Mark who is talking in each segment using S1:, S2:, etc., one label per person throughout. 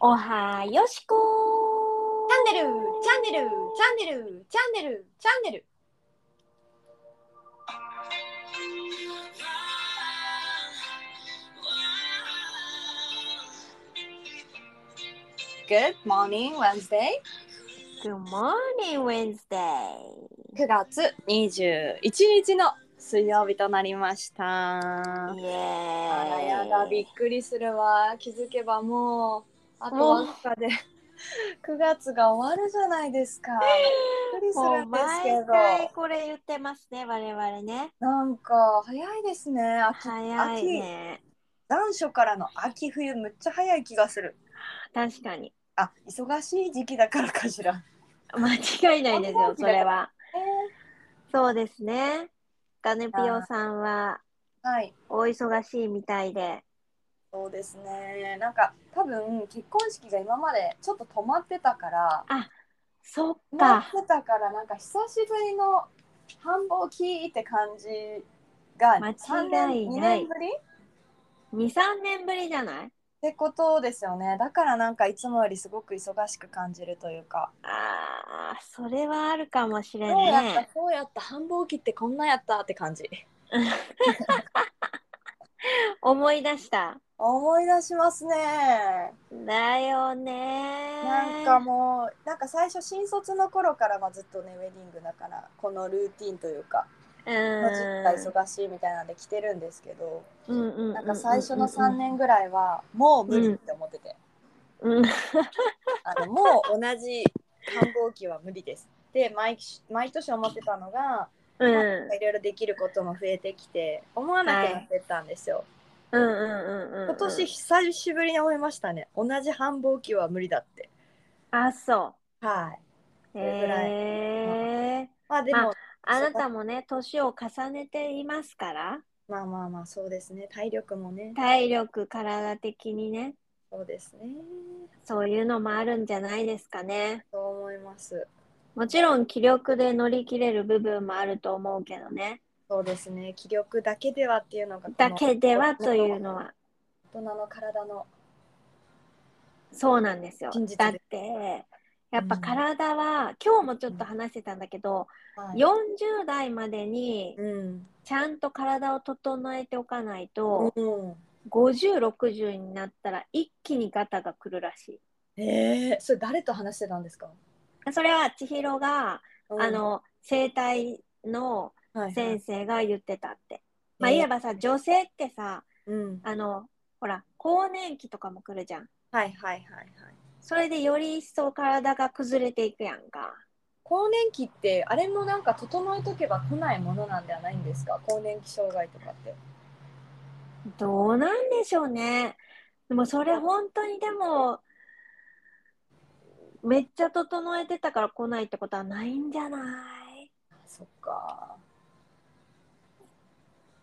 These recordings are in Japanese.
S1: おはよしこ
S2: チャンネル、チャンネル、チャンネル、チャンネル、チャンネル。Good morning, Wednesday.
S1: Good morning Wednesday
S2: 9月21日の水曜日となりました。
S1: イエー
S2: あ
S1: イ
S2: らやだ、びっくりするわ。気づけばもう、あとわずかで9月が終わるじゃないですか。びっくりす
S1: も
S2: る
S1: うん
S2: ですけ
S1: 毎回
S2: ど。
S1: これ言ってますね我々ね
S2: なんか早いですね。秋
S1: 早いね
S2: 残暑からの秋冬むっちゃ早い気がする。
S1: 確かに
S2: あ、忙しい時期だからかしら。
S1: 間違いないですよそれはそうですねガネピオさんは
S2: はい。
S1: お忙しいみたいで
S2: そうですね。なんか多分結婚式が今までちょっと止まってたから、
S1: そっ
S2: 止まっ
S1: か
S2: てたからなんか久しぶりの繁忙期って感じが
S1: 間違い
S2: 三年二
S1: ない
S2: 年ぶりっ
S1: 23年ぶりじゃない
S2: てことですよね。だからなんかいつもよりすごく忙しく感じるというか。
S1: あーそれはあるかもしれん
S2: そうやっ
S1: ね
S2: た、そうやった、繁忙期ってこんなやったって感じ。
S1: 思い出した
S2: 思い出しますね。
S1: だよね
S2: なんかもう、なんか最初新卒の頃からはずっとね、ウェディングだから、このルーティンというか、
S1: う
S2: まあ
S1: ん
S2: 実家忙しいみたいなんで来てるんですけど、
S1: うんうんうんうん
S2: なんか最初の3年ぐらいは、もう無理って思ってて、
S1: うん
S2: あのもう同じ繁忙期は無理です。で毎年、毎年思ってたのが、
S1: うんうん
S2: いろいろできることも増えてきて、思わなくなってったんですよ。
S1: うんうん
S2: 今年久しぶりに思いましたね同じ繁忙期は無理だって
S1: あそ
S2: はい
S1: う
S2: れぐらい
S1: へえ
S2: まあでも
S1: あなたもね年を重ねていますから
S2: まあまあまあそうですね体力もね
S1: 体力体的にね
S2: そうですね
S1: そういうのもあるんじゃないですかね
S2: そう思います
S1: もちろん気力で乗り切れる部分もあると思うけどね
S2: そうですね気力だけではっていうのがこの
S1: だけではというのは
S2: 大人の体の
S1: そうなんですよ
S2: 真実です
S1: だってやっぱ体は、今日もちょっと話してたんだけど、
S2: はい
S1: 40代までに
S2: うん
S1: ちゃんと体を整えておかないと、
S2: うん
S1: 5060になったら一気にガタが来るらし
S2: えー、それ誰と話してたんですか、
S1: いそれは千尋が、
S2: うん
S1: あ、の整体の
S2: はいはい
S1: 先生が言ってたって、まあ言えばさ女性ってさ
S2: うん
S1: あのほら更年期とかも来るじゃん
S2: はいはいはいはい
S1: それでより一層体が崩れていくやんか
S2: 更年期ってあれもなんか整えとけば来ないものなんではないんですか更年期障害とかって
S1: どうなんでしょうねでもそれ本当にでもめっちゃ整えてたから来ないってことはないんじゃない
S2: あそっか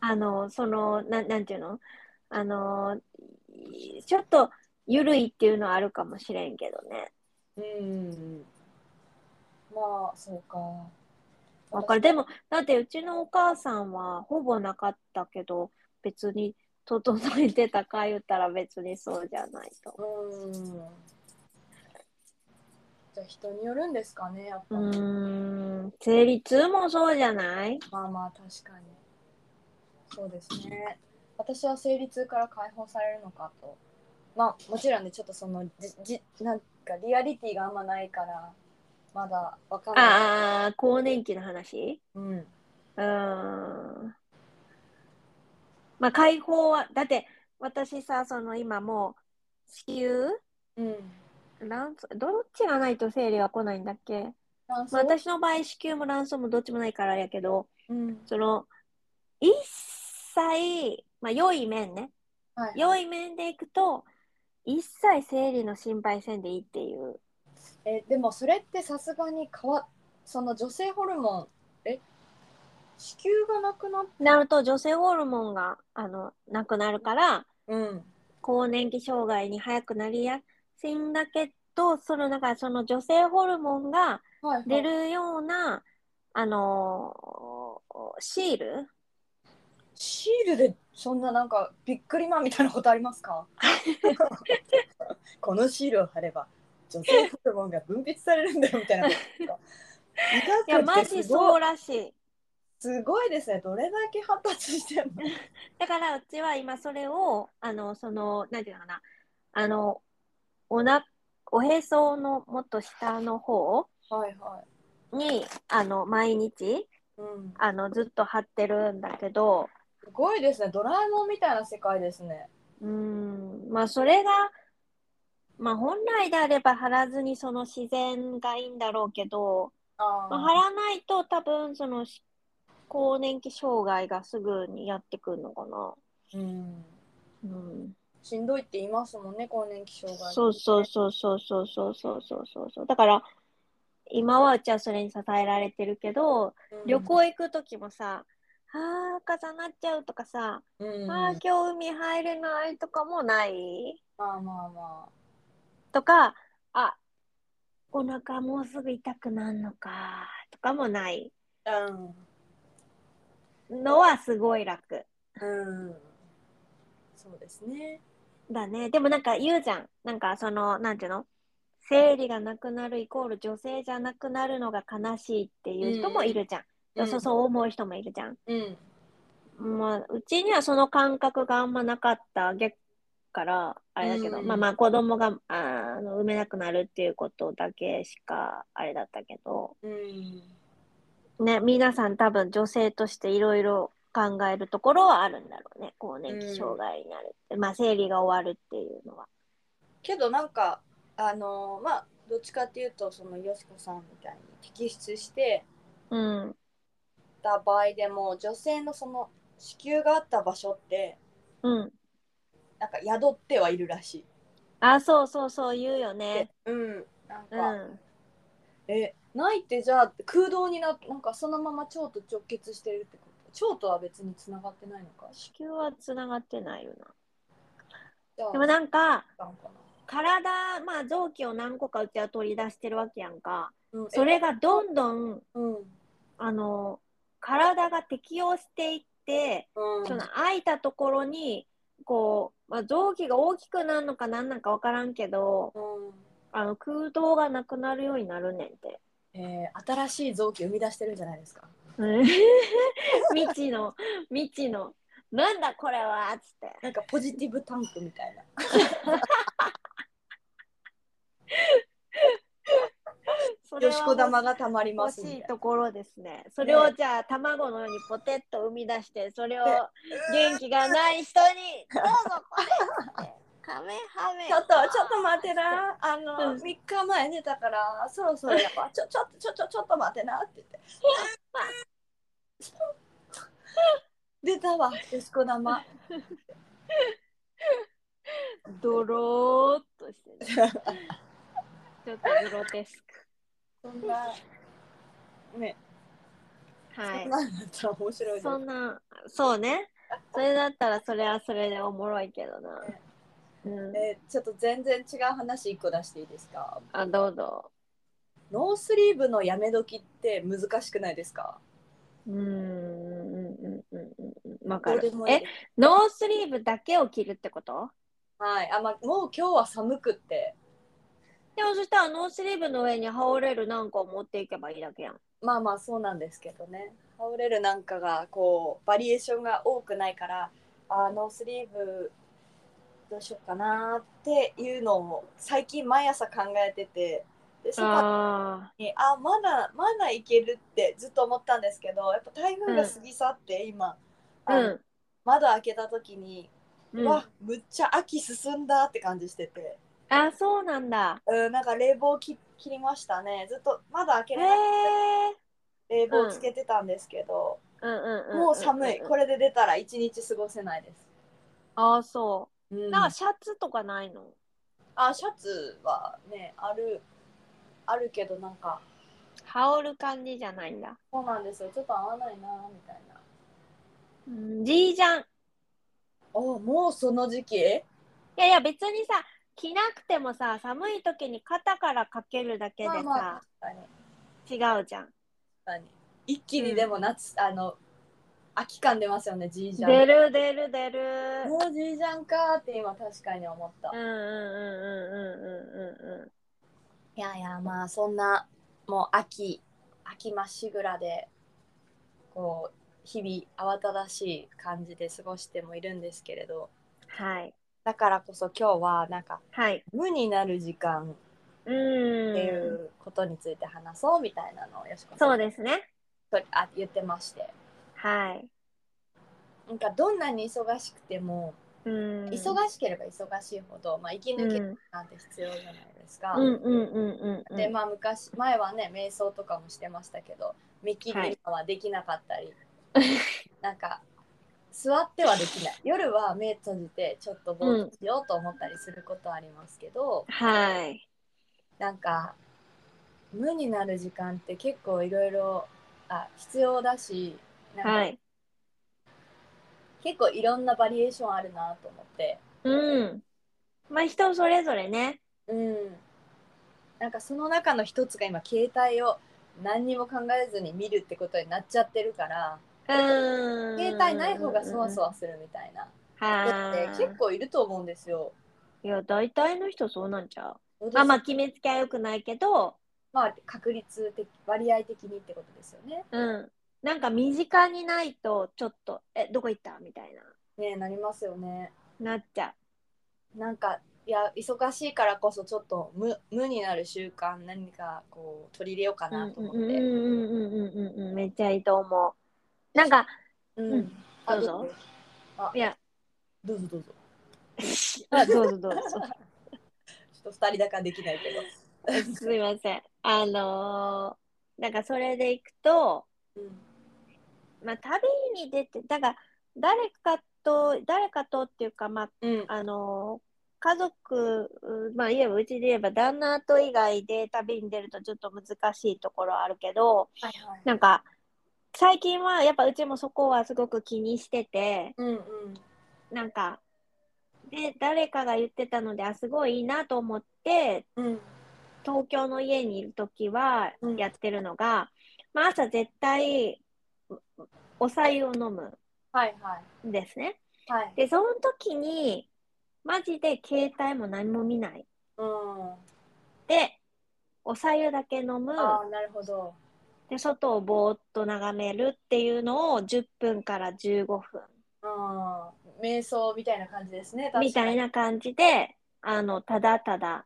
S1: あの、その、な、なんていうのあの、いちょっと緩いっていうのはあるかもしれんけどね。
S2: うん。まあ、そうか。
S1: わかる。でも、だってうちのお母さんはほぼなかったけど、別に整えてたか言ったら別にそうじゃないと。
S2: うん。じゃあ人によるんですかね、やっぱ。
S1: うーん、生理痛もそうじゃない
S2: まあまあ、確かに。そうですね。私は生理痛から解放されるのかと。まあ、もちろんね、ちょっとその、じじなんかリアリティがあんまないから、まだわかんない。
S1: ああ、更年期の話
S2: うん。
S1: うーん。まあ、解放は、だって私さ、その今もう、子宮
S2: うん。
S1: 卵巣どっちがないと生理は来ないんだっけ、
S2: まあ
S1: まあ、私の場合子宮も卵巣もどっちもないからあれやけど
S2: うん。
S1: その一切、まあ、良い面ね
S2: はい。
S1: 良い面でいくと一切生理の心配せんでいいっていう
S2: えでもそれってさすがに変わその女性ホルモンえ子宮がなくなっ
S1: なると女性ホルモンがあのなくなるから
S2: うん
S1: 更年期障害に早くなりやすいんだけどそのだからその女性ホルモンが
S2: はいはい
S1: 出るようなあのシール
S2: シールでそんななんかびっくりマンみたいなことありますかこのシールを貼れば女性ホルモンが分泌されるんだよみたいなこと
S1: い
S2: 医
S1: や、
S2: 学
S1: マ
S2: って
S1: ジ
S2: すご
S1: そ
S2: いう
S1: らしい。
S2: すごいですねどれだけ発達してんの
S1: だからうちは今それをあのそのなんていうのかなあのおなおへそのもっと下の方
S2: はいはい
S1: にあの毎日
S2: うん、
S1: あのずっと貼ってるんだけど
S2: すごいですねドラえもんみたいな世界ですね
S1: うーんまあそれが、まあ、本来であれば貼らずにその自然がいいんだろうけど、
S2: あ
S1: まあ、貼らないと多分そのし更年期障害がすぐにやってくるのかな。
S2: うん、
S1: うん
S2: しんどいって言いますもんね更年期障害
S1: そうそうそうそうそうそうそうそうそうそうだから今はうちはそれに支えられてるけど
S2: うん
S1: 旅行行く時もさ「あー重なっちゃう」とかさ「
S2: うん、
S1: あー今日海入れない」とかもない
S2: まあまあま
S1: とか「あお腹もうすぐ痛くなるのか」とかもない
S2: あうん
S1: のはすごい楽
S2: うんそうですね
S1: だねでもなんか言うじゃんなんかそのなんていうの生理がなくなるイコール女性じゃなくなるのが悲しいっていう人もいるじゃんそうそう思う人もいるじゃん。
S2: うん
S1: まあ、うちにはその感覚があんまなかった逆から、あれだけど、
S2: うん
S1: まあまあ子供があーあの産めなくなるっていうことだけしかあれだったけど、
S2: うん
S1: ね、皆さん多分女性としていろいろ考えるところはあるんだろうね。更年期障害になる。まあ生理が終わるっていうのは。
S2: けどなんかあのーまあどっちかっていうとそのよしこさんみたいに摘出して
S1: うん。
S2: た場合でも女性のその子宮があった場所って
S1: うん。
S2: なんか宿ってはいるらしい。
S1: あ、そうそうそう言うよね。
S2: うん、なん
S1: う
S2: か、
S1: ん。
S2: えないってじゃあ空洞になっなんかそのまま腸と直結してるってこと腸とは別につながってないのか
S1: 子宮はつながってないよな。
S2: じゃあ
S1: でもなんか、
S2: なのか
S1: 体、まあ、臓器を何個かうちは取り出してるわけやんか
S2: な、うん、
S1: そ
S2: え
S1: れがどんどん
S2: うんうん
S1: あの体が適応していってその空いたところにこう、まあ、臓器が大きくなるのかなんなんか分からんけど
S2: うん
S1: あの空洞がなくなるようになるねんて。
S2: えー新しい臓器生み出してるんじゃないですか
S1: 未知の未知のなんだこれはっつって
S2: なんかポジティブタンクみたいな
S1: それ
S2: よ
S1: は
S2: しこ玉がたまりま
S1: 欲
S2: す
S1: し
S2: みたい
S1: い
S2: な
S1: ところですね。それをじゃあ卵のようにポテッと生み出して、それを元気がない人に、どうぞこれって。カメハメ。
S2: ちょっと、ちょっと待ってな。あの、
S1: うん
S2: 3日前寝たから、そろそろやっぱ、ちょ、ちょっと、ちょ、ちょ、ちょっと待ってなって言って。出たわ、よしこ玉。
S1: ドローっとしてる。ちょっとグロテス
S2: そんな、ね、
S1: ク。は
S2: そん
S1: い。
S2: なのだったら面白いです。
S1: そんな、そうね。それだったらそれはそれでおもろいけどな。うん。
S2: えーちょっと全然違う話1個出していいですか
S1: あ、どうぞ。
S2: ノースリーブのやめ時って難しくないですか
S1: うーん、うん、うん、うんうん。わか
S2: どう
S1: る
S2: で。もいい
S1: え、ノースリーブだけを着るってこと
S2: はい。あ、まあ、もう今日は寒くって。
S1: でもそしたらノースリーブの上に羽織れるなんかを持っていけばいいだけやん。
S2: まあまあそうなんですけどね羽織れるなんかがこうバリエーションが多くないからあーノースリーブどうしようかなっていうのを最近毎朝考えててでそば
S1: あ
S2: にあーまだまだいけるってずっと思ったんですけどやっぱ台風が過ぎ去って今、
S1: あ、
S2: あの
S1: う
S2: 窓開けた時に、
S1: ん。
S2: わ
S1: あ
S2: むっちゃ秋進んだって感じしてて、
S1: そうなんだ。
S2: うん、なんか冷房き切りましたねずっと窓開け
S1: へ
S2: な
S1: え
S2: がら。冷房つけてたんですけど。
S1: うんうんうんうん。
S2: もう寒い。こ
S1: れ。
S2: れで出たら一日過ごせないです。
S1: ああ、そうう。
S2: ん
S1: なんかシャツとかないの
S2: あ、シャツはね、ある、あるけど、なんか、
S1: 羽織る感じじゃないんだ。
S2: そうなんですよ。ちょっと合わないな、みたいな。
S1: うん、じいじゃん。い
S2: おもうその時期
S1: やいや、別にさ、着なくてもさ、寒い時に肩からかけるだけでさ、
S2: まあまあ確かに。
S1: 違うじゃん。
S2: 確かに一気にでも夏、あの、秋感出ますよねじいちゃん
S1: 出る出る出る。
S2: もうじいちゃんかーって今確かに思った、
S1: うんうんうんうんうんうんうん。
S2: いやいやまあそんなもう秋秋まっしぐらでこう日々慌ただしい感じで過ごしてもいるんですけれど
S1: はい。
S2: だからこそ今日はなんか
S1: はい。
S2: 無になる時間
S1: う
S2: ってい
S1: ーん。
S2: うことについて話そうみたいなのをよしこ
S1: そ
S2: さ
S1: うんですね。
S2: とあ言ってまして
S1: はい。
S2: なんかどんなに忙しくても、
S1: うん。
S2: 忙しければ忙しいほど、まあ、息
S1: う
S2: 抜け
S1: ん
S2: なんて必要じゃないですか。
S1: うんうんうんうん。
S2: でまあ昔前はね瞑想とかもしてましたけど見切りはできなかったり、なんか座ってはでき ない夜は目閉じてちょっとぼーっとしようと思ったりすることはありますけど、
S1: はい。
S2: なんか無になる時間って結構いろいろあ必要だしなんか
S1: はい。
S2: 結構いろんなバリエーションあるなと思って。
S1: うん。まあ人それぞれね。
S2: うん、なんかその中の一つが今携帯を何にも考えずに見るってことになっちゃってるから
S1: うん。
S2: 携帯ない方がそわそわするみたいな
S1: は
S2: 人って
S1: い
S2: 結。構いると思うんですよ。
S1: いや、大体の人そうなんちゃう。まあ
S2: まあ
S1: ま
S2: ま
S1: あ
S2: あ、
S1: 決めつけは良くないけど、
S2: まあ、確率的割合的にってことですよね。
S1: うん。なんか身近にないと、ちょっと、え、どこ行ったみたいな、
S2: ねえなりますよね。
S1: なっちゃ
S2: なんかいや忙しいからこそちょっと無無になる習慣何かこう取り入れようか
S1: う。
S2: なと思っ
S1: うんうん
S2: て。
S1: うんうんうんうんうん。めっちゃいいと思う。なんか、
S2: うん
S1: うん
S2: あ
S1: どうぞ。
S2: あ
S1: いや、
S2: どうぞどうぞ。
S1: あどうぞどうぞ。
S2: ちょっと二人だからできないけど。
S1: すいません。あのーなんかそれでいくと、
S2: うん
S1: まあ、旅に出て、だから誰かと、誰かとっていうか、まあ、
S2: うん
S1: あの家族、うまあ、言えばうちで言えば旦那と以外で旅に出るとちょっと難しいところはあるけど
S2: はいはい。
S1: なんか最近はやっぱうちもそこはすごく気にしてて
S2: うんうん。
S1: なんかで誰かが言ってたのであすごいいいなと思って
S2: うん。
S1: 東京の家にいる時は
S2: うん
S1: やってるのが、まあ、朝絶対うお白湯を飲む
S2: はいはい。
S1: んですね。
S2: はい。
S1: でその時にマジで携帯も何も見ない。
S2: うん。
S1: でおさゆだけ飲む
S2: ああ、なるほど。
S1: で外をぼーっと眺めるっていうのを10分から15分
S2: うん。瞑想みたいな感じですね。
S1: みたい
S2: な。
S1: な感じであのただただ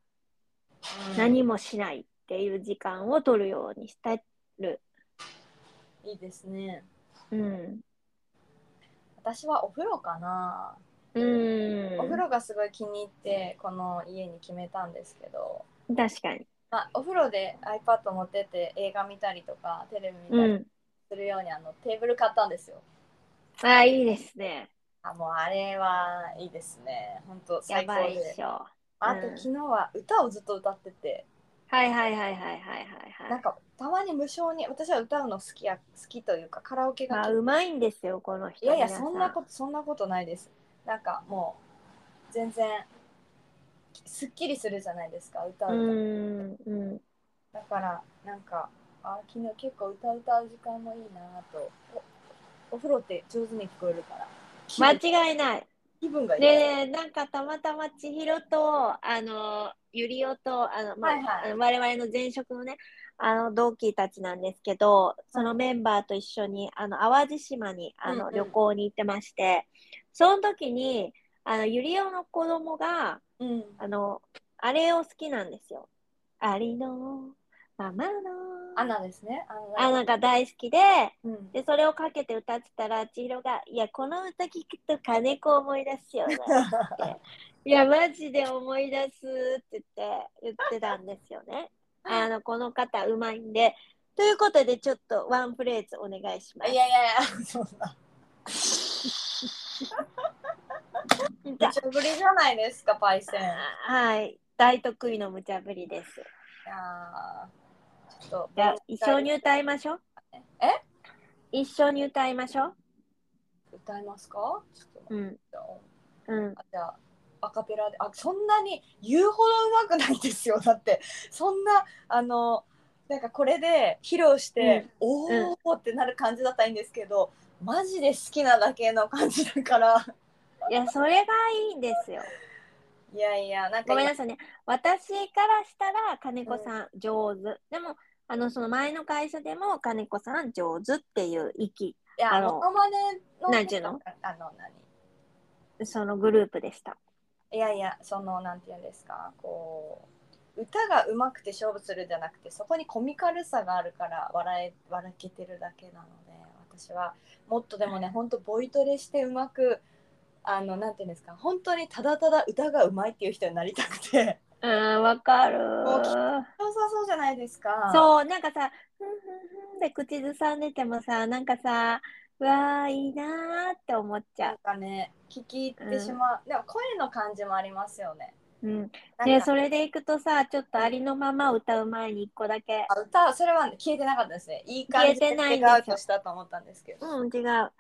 S2: うん
S1: 何もしないっていう時間を取るようにしたる。
S2: いいですね。
S1: うん
S2: 私はお風呂かな。
S1: うん
S2: お風呂がすごい気に入って、この家に決めたんですけど。
S1: 確かに。
S2: まあ、お風呂で iPad 持ってって映画見たりとかテレビ見
S1: う
S2: たり
S1: ん、
S2: するように、あのテーブル買ったんですよ。
S1: ああいいですね。
S2: あもうあれはいいですね。本当
S1: や
S2: 最高
S1: ばいっ
S2: で
S1: し。ょ。
S2: あと
S1: うん
S2: 昨日は歌をずっと歌ってて。
S1: はいはいはいはいはいはいは
S2: なん
S1: い。
S2: かたまに無償に私は歌うの好きや好きというかカラオケが
S1: まあうまいんですよこの人。
S2: いやいや
S1: 皆
S2: そんな
S1: と。
S2: ことそんなことないですなんかもう全然すっきりするじゃないですか歌う
S1: う
S2: と、
S1: んうん。
S2: だからなんかあ昨日結構歌歌う時間もいいなぁとおお風呂って上手に聞こえるから気分
S1: 間違いない。
S2: 気分がいい、
S1: で、なんかたまたま千尋と、あの、ゆりおと、あの、まあ、
S2: はいはい
S1: あの我々の前職のね、あの、同期たちなんですけど、そのメンバーと一緒に、あの、淡路島に、あ
S2: うん
S1: の、
S2: うん
S1: 旅行に行ってまして、その時に、あの、ゆりおの子供が、
S2: うん、
S1: あの、あれを好きなんですよ。ありの、ままの、
S2: アナですねアナ
S1: あ、なんか大好きで、
S2: うん、
S1: で、それをかけて歌ってたら、千尋が、いや、この歌聞くと金子を思い出す よね。いや、マジで思い出すって言って、言ってたんですよね。あの、この方、うまいんで。ということで、ちょっとワンフレーズお願いしま
S2: い
S1: す。
S2: やいやいやそんな
S1: じゃ
S2: 無茶ぶりじゃないですかパイセン
S1: あはい。大得意の無茶ぶりです。
S2: いやーちょっと
S1: じゃあ、一緒に歌いましょう。
S2: え
S1: 一緒に歌いましょう。
S2: 歌いますかちょっと待っ
S1: うん。
S2: てよ
S1: うん。
S2: あじゃあアカペラであそんなに言うほど上手くないですよだ ってそんなあのなんかこれで披露して、おおってなる感じだったらいいんですけど、マジで好きなだけの感じだから
S1: いや、それがいいんですよ。
S2: いやいやなんか
S1: ごめん
S2: 今
S1: なさいね。私からしたら金子さん上手。でも、あの、その前の会社でも金子さん上手っていう域、
S2: いや
S1: あ
S2: モ
S1: の
S2: ノマネの
S1: なんていうの
S2: あの何
S1: そのグループでした。
S2: いやいやそのなんていうんですかこう歌が上手くて勝負するんじゃなくてそこにコミカルさがあるから笑え笑けてるだけなので私はもっとでもね本当ボイトレしてうまくあのなんていうんですか本当にただただ歌が上手いっていう人になりたくて
S1: うん、わかる。
S2: そうそうそうじゃないですか
S1: そう、なんかさ、ふんふんふんで口ずさんでてもさ、なんかさ、うわー、いいなーって思っち
S2: な
S1: ゃ
S2: んかね聞き入ってしまう、でも声の感じもありますよね
S1: う。うん。
S2: なん
S1: で、
S2: か
S1: それでいくとさ、ちょっとありのまま歌う前に一個だけ。
S2: あ歌それは消えてなかったですねいい感じ
S1: 消えて
S2: で
S1: ないん
S2: テ
S1: ですよ
S2: アウトしたと思ったんですけど
S1: うん、違う。あ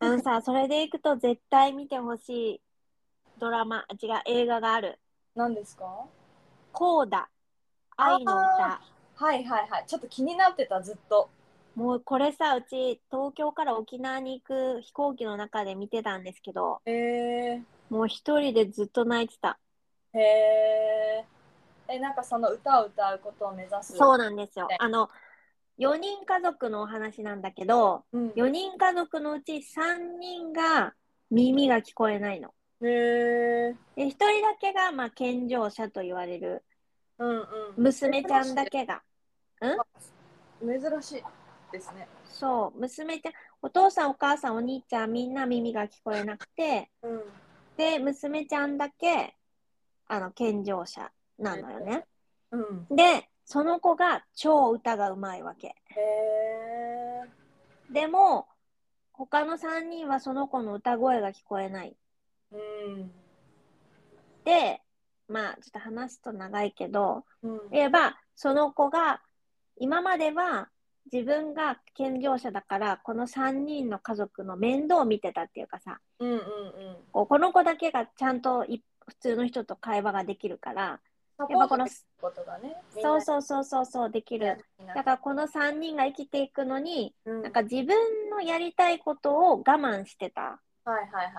S1: の さ、それでいくと絶対見てほしいドラマ、違う、映画がある。
S2: 何ですか
S1: コーダ、愛の歌。
S2: はいはいはいちょっと気になってたずっと
S1: もうこれさ、うち東京から沖縄に行く飛行機の中で見てたんですけど、
S2: へえ
S1: もう一人でずっと泣いてた。
S2: へええなんかその歌を歌うことを目指す
S1: そう
S2: う、
S1: なんですよ
S2: ね。
S1: あの、4人家族のお話なんだけど、
S2: うん、
S1: 4人家族のうち3人が耳が聞こえないの。
S2: へえ
S1: で、1人だけが、まあ、健常者と言われる、
S2: うんうん
S1: 娘ちゃんだけが。
S2: 珍しいですね
S1: そう、娘ちゃん、お父さん、お母さん、お兄ちゃん、みんな耳が聞こえなくて、
S2: うん
S1: で、娘ちゃんだけ、あの、健常者なのよね。
S2: うん
S1: で、その子が超歌がうまいわけ。
S2: へえ
S1: でも、他の3人はその子の歌声が聞こえない。
S2: うん
S1: で、まあ、ちょっと話すと長いけど、
S2: うん
S1: 言えば、その子が、今までは自分が健常者だから、この3人の家族の面倒を見てたっていうかさ、
S2: うんうんうん
S1: こうこの子だけがちゃんとい普通の人と会話ができるから、
S2: サポ
S1: やっぱこ
S2: ート
S1: の
S2: で、きることがね
S1: そうそうそうそうそう、でき
S2: みんな
S1: る。だからこの3人が生きていくのに、
S2: うん
S1: なん
S2: はい
S1: か自分のやりたいことを我慢してた。
S2: はいはいはいはい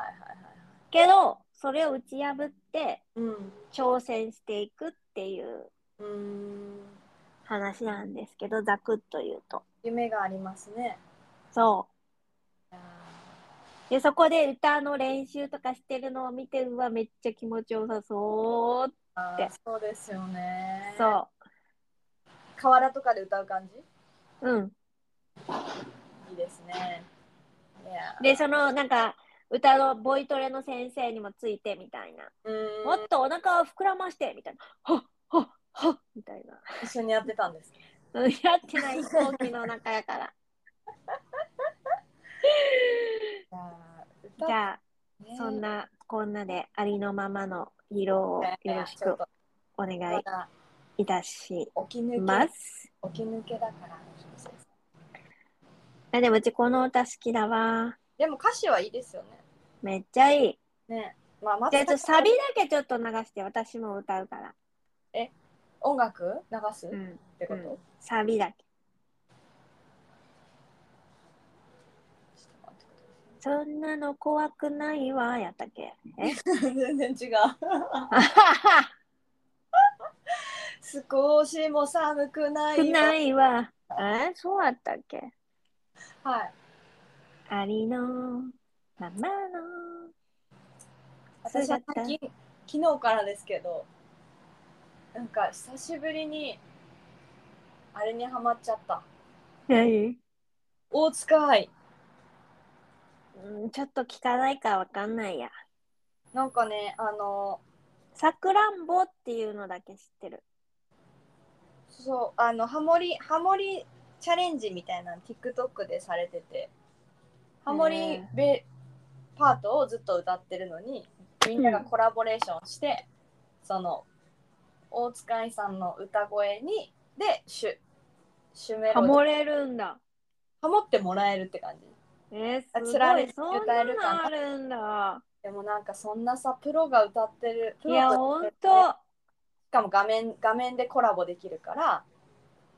S1: けど、それを打ち破って
S2: うん
S1: 挑戦していくっていう
S2: うん
S1: 話なんですけど、ざくっと言うと。
S2: 夢がありますね
S1: そ
S2: いやー
S1: う。で、そこで歌の練習とかしてるのを見て、うわ、めっちゃ気持ちよさそう。
S2: あ
S1: て
S2: ーそうですよね
S1: そ
S2: 河原とかで歌う感じ
S1: う。うん。
S2: いいですねいや
S1: で、その、なんか、歌のボイトレの先生にもついてみたいな。
S2: うーん
S1: もっとお腹を膨らましてみたいな。はっはっはっみたいな。
S2: 一緒にやってたんです
S1: うんやってない飛行機の中や から。
S2: いやー歌
S1: じゃあ、
S2: ね
S1: そんなこんなでありのままの色をよ
S2: ね
S1: ろし
S2: ちょ
S1: く
S2: っと
S1: お願
S2: ま
S1: い
S2: だ
S1: いたし
S2: 起き抜け、
S1: ます。
S2: 起き抜けだから
S1: あでもうちこの歌好きだわ。
S2: でも歌詞はいいですよ
S1: めっちゃいい。
S2: ねねまあま
S1: じゃあちょっと
S2: ず
S1: サビだけちょっと流して私も歌うから。
S2: 音楽流すっ
S1: うん。
S2: てこと、
S1: うんサビだけ。
S2: ちょっと待って
S1: そんなの怖くないわやったっ け。え
S2: 全然違う少しも寒くない
S1: くないわ。えそうやったっけ
S2: はい
S1: ありのままの。
S2: 私は最近昨日からですけどなんか久しぶりにあれにハマっちゃった
S1: 何
S2: 大塚愛
S1: うん、ちょっと聞かないかわかんないや。
S2: なんかねあの
S1: さくらんぼっていうのだけ知ってる。
S2: そうあのハモリハモリチャレンジみたいなの TikTok でされててハモリ
S1: へ
S2: ベパートをずっと歌ってるのにみんながコラボレーションして、その大塚愛さんの歌声にでシュシュメ
S1: ハ
S2: ロディ
S1: モれるんだ。
S2: ハモってもらえるって感じ
S1: えー、
S2: あ
S1: す
S2: つら
S1: ご
S2: れ
S1: い。
S2: て
S1: そん
S2: 歌
S1: な
S2: える
S1: の
S2: かな
S1: あるんだ。
S2: でもなんかそんなさプロが歌ってるプ
S1: い
S2: ロ
S1: や、
S2: が
S1: ほ
S2: 歌
S1: ん
S2: ってる
S1: と。
S2: しかも画面画面でコラボできるから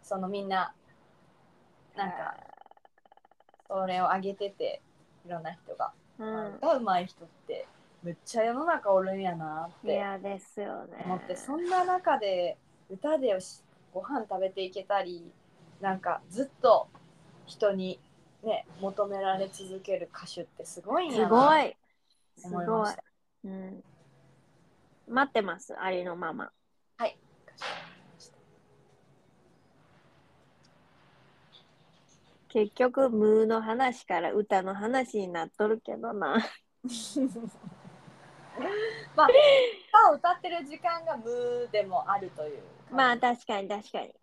S2: そのみんななんかそれを上げてていろんな人が、
S1: うん。
S2: 歌うまい人ってむっちゃ世の中おるんやなっ
S1: い
S2: て
S1: やですよね。
S2: 思って、そんな中で歌でよしご飯食べていけたりなんかずっと人に、ね、求められ続ける歌手ってすごいん
S1: す
S2: や
S1: ご
S2: なと
S1: い。す
S2: 思い
S1: ご
S2: ま
S1: い
S2: し。た。
S1: うん。待ってます、ありのまま。結局、ムーの話から歌の話になっとるけどな。
S2: まあ、歌を歌ってる時間が無でもあるという。
S1: まあ、確かに確かに。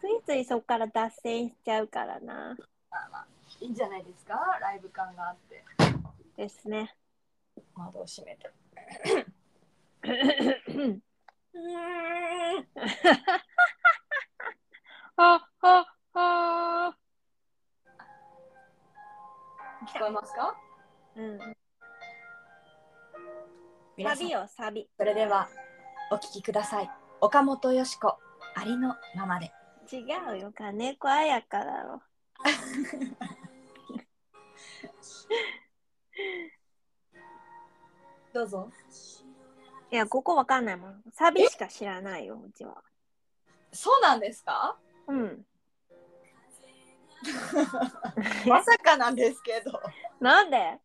S1: ついついそこから脱線しちゃうからな。
S2: いいんじゃないですかライブ感があって。
S1: ですね。
S2: 窓を閉めて。
S1: ははは
S2: 聞こえますか
S1: うん。
S2: 皆
S1: サ
S2: さん
S1: ビよ、サビ。
S2: それでは、お聴きください。岡本よしこ、ありのままで。
S1: 違うよ、金子彩香だろ。
S2: どうぞ。
S1: いや、ここわかんないもん。サビしか知らないよ、うちは。
S2: そうなんですか
S1: うん。
S2: まさかなんですけど。
S1: なんで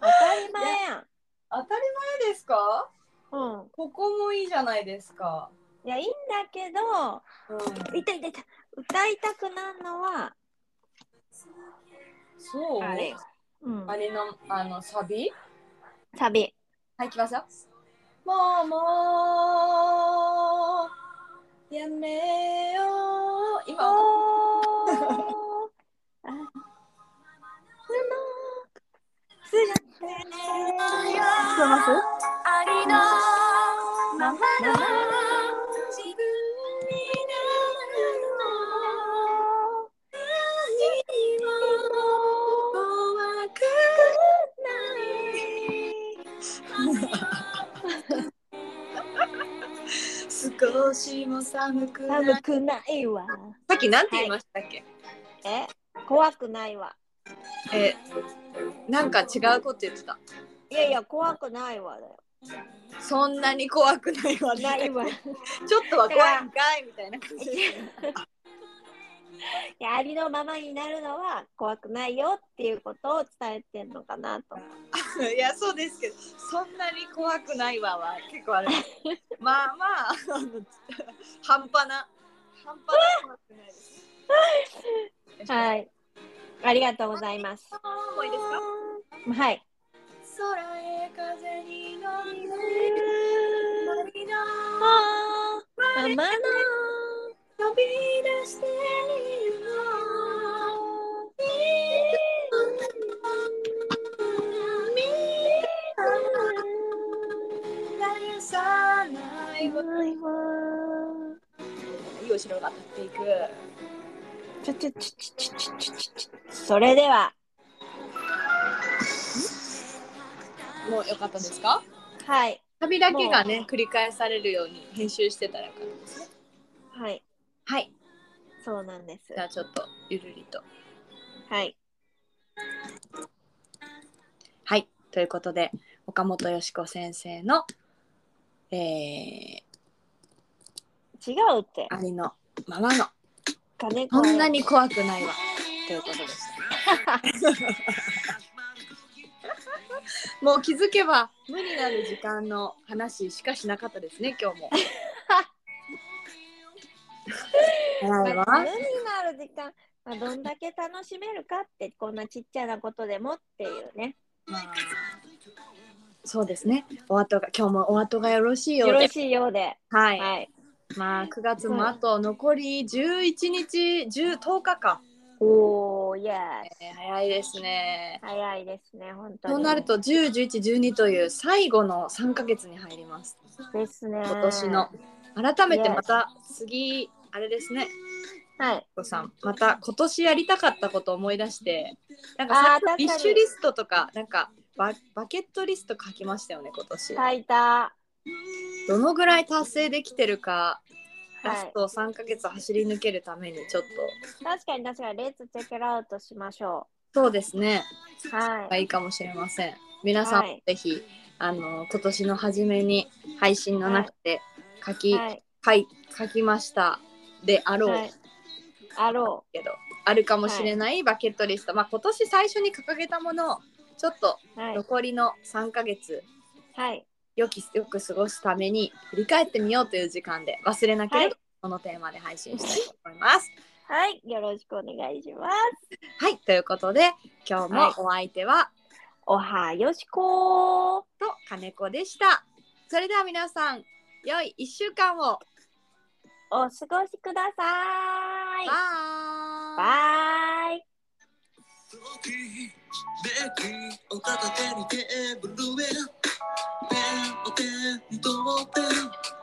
S1: 当たり前やん。
S2: 当たり前ですか
S1: うん。
S2: ここもいいじゃないですか。
S1: いや、いいんだけど、
S2: うん、
S1: いたいたいた。歌いたくなるのは、
S2: そう
S1: あれよ。うん。
S2: あれの、あの、サビ
S1: サビ。
S2: はい、行きますよ。もうもうやめよう。今、
S1: おーあす
S2: 聞こえます
S3: ありのままの自分になるの何も怖く
S2: 少しも寒くな
S1: 寒くないわ。
S2: さっきなんて言いましたっけ、
S1: え怖くないわ。
S2: えーなんか違うこと言ってた。
S1: いやいや、怖くないわだよ。
S2: そんなに怖くないわ、
S1: ないわ。い
S2: ちょっとは怖いんかいみたいな感じ。
S1: や、ありのままになるのは怖くないよっていうことを伝えてんのかなと。
S2: いや、そうですけど、そんなに怖くないわは結構あれ。まあまあ、あの半端な、半端な怖くないです。
S1: はい。ありがとうございます。
S2: もういいですか
S1: はい。
S3: 空へ風に乗りありの
S1: ままの
S3: 飛び出しているのみ
S2: 絶やさないわいいお城が立っていく。
S1: ちょちょちょちょちょちょちょちょそれでは
S2: もう良かったですか
S1: はい
S2: 旅だけがね、繰り返されるように編集してたらよかったですね。
S1: はい
S2: はい。
S1: そうなんです
S2: じゃあちょっと、ゆるりと。
S1: はい
S2: はい。ということで、岡本よしこ先生の、えー、
S1: 違うって
S2: ありのままの、
S1: 金子
S2: そんなに怖くないわ。ということでした。もう気づけば無になる時間の話しかしなかったですね今 日も。
S1: 無
S2: はい
S1: に
S2: わ
S1: なる時間、まあ、どんだけ楽しめるかってこんなちっちゃなことでもっていうね
S2: まあそうですね。お後が今日もお後がよろしいよ
S1: よ
S2: う
S1: ろ
S2: で。
S1: しいようで
S2: はい。
S1: はい
S2: まあ9月もあと残り11日10 10日か、
S1: おーいや
S2: えー早いですね。
S1: 早いですね本当に
S2: そうなると10、11、12という最後の3ヶ月に入ります。
S1: ですね
S2: 今年の改めてまた次あれですね
S1: はい
S2: こさんまた今年やりたかったことを思い出してなんか
S1: あー確
S2: さ
S1: か
S2: ビ
S1: に
S2: ッシュリストとかなんかババケットリスト書きましたよね今年
S1: 書いた
S2: どのぐらい達成できてるかラ
S1: は
S2: ス
S1: い
S2: ト3ヶ月走り抜けるためにちょっと
S1: 確かに確かにレッツチェックアウトしましょ
S2: そうですね。
S1: はい
S2: がいいかもしれません。皆さん、
S1: はい
S2: ぜひあの今年の初めに配信の中で書き、
S1: はい。
S2: はい、書きましたであろう
S1: はい。あろ
S2: けど、あるかもしれないバケットリスト、まあ今年最初に掲げたものをちょっと
S1: う。はい。
S2: 残りの3ヶ月
S1: はい。
S2: 良きよく過ごすために振り返ってみようという時間で忘れなければ、
S1: はい
S2: このテーマで配信したいと思います。
S1: はい。よろしくお願いします。
S2: はい、ということで今日もお相手は、
S1: おはよしこー。
S2: と金子でした。それでは皆さん、良い1週間を。
S1: お過ごしください。
S2: バ
S1: バ
S2: イ
S1: イ。
S3: 大きいベッキーを片手にテーブルへペンを手に取って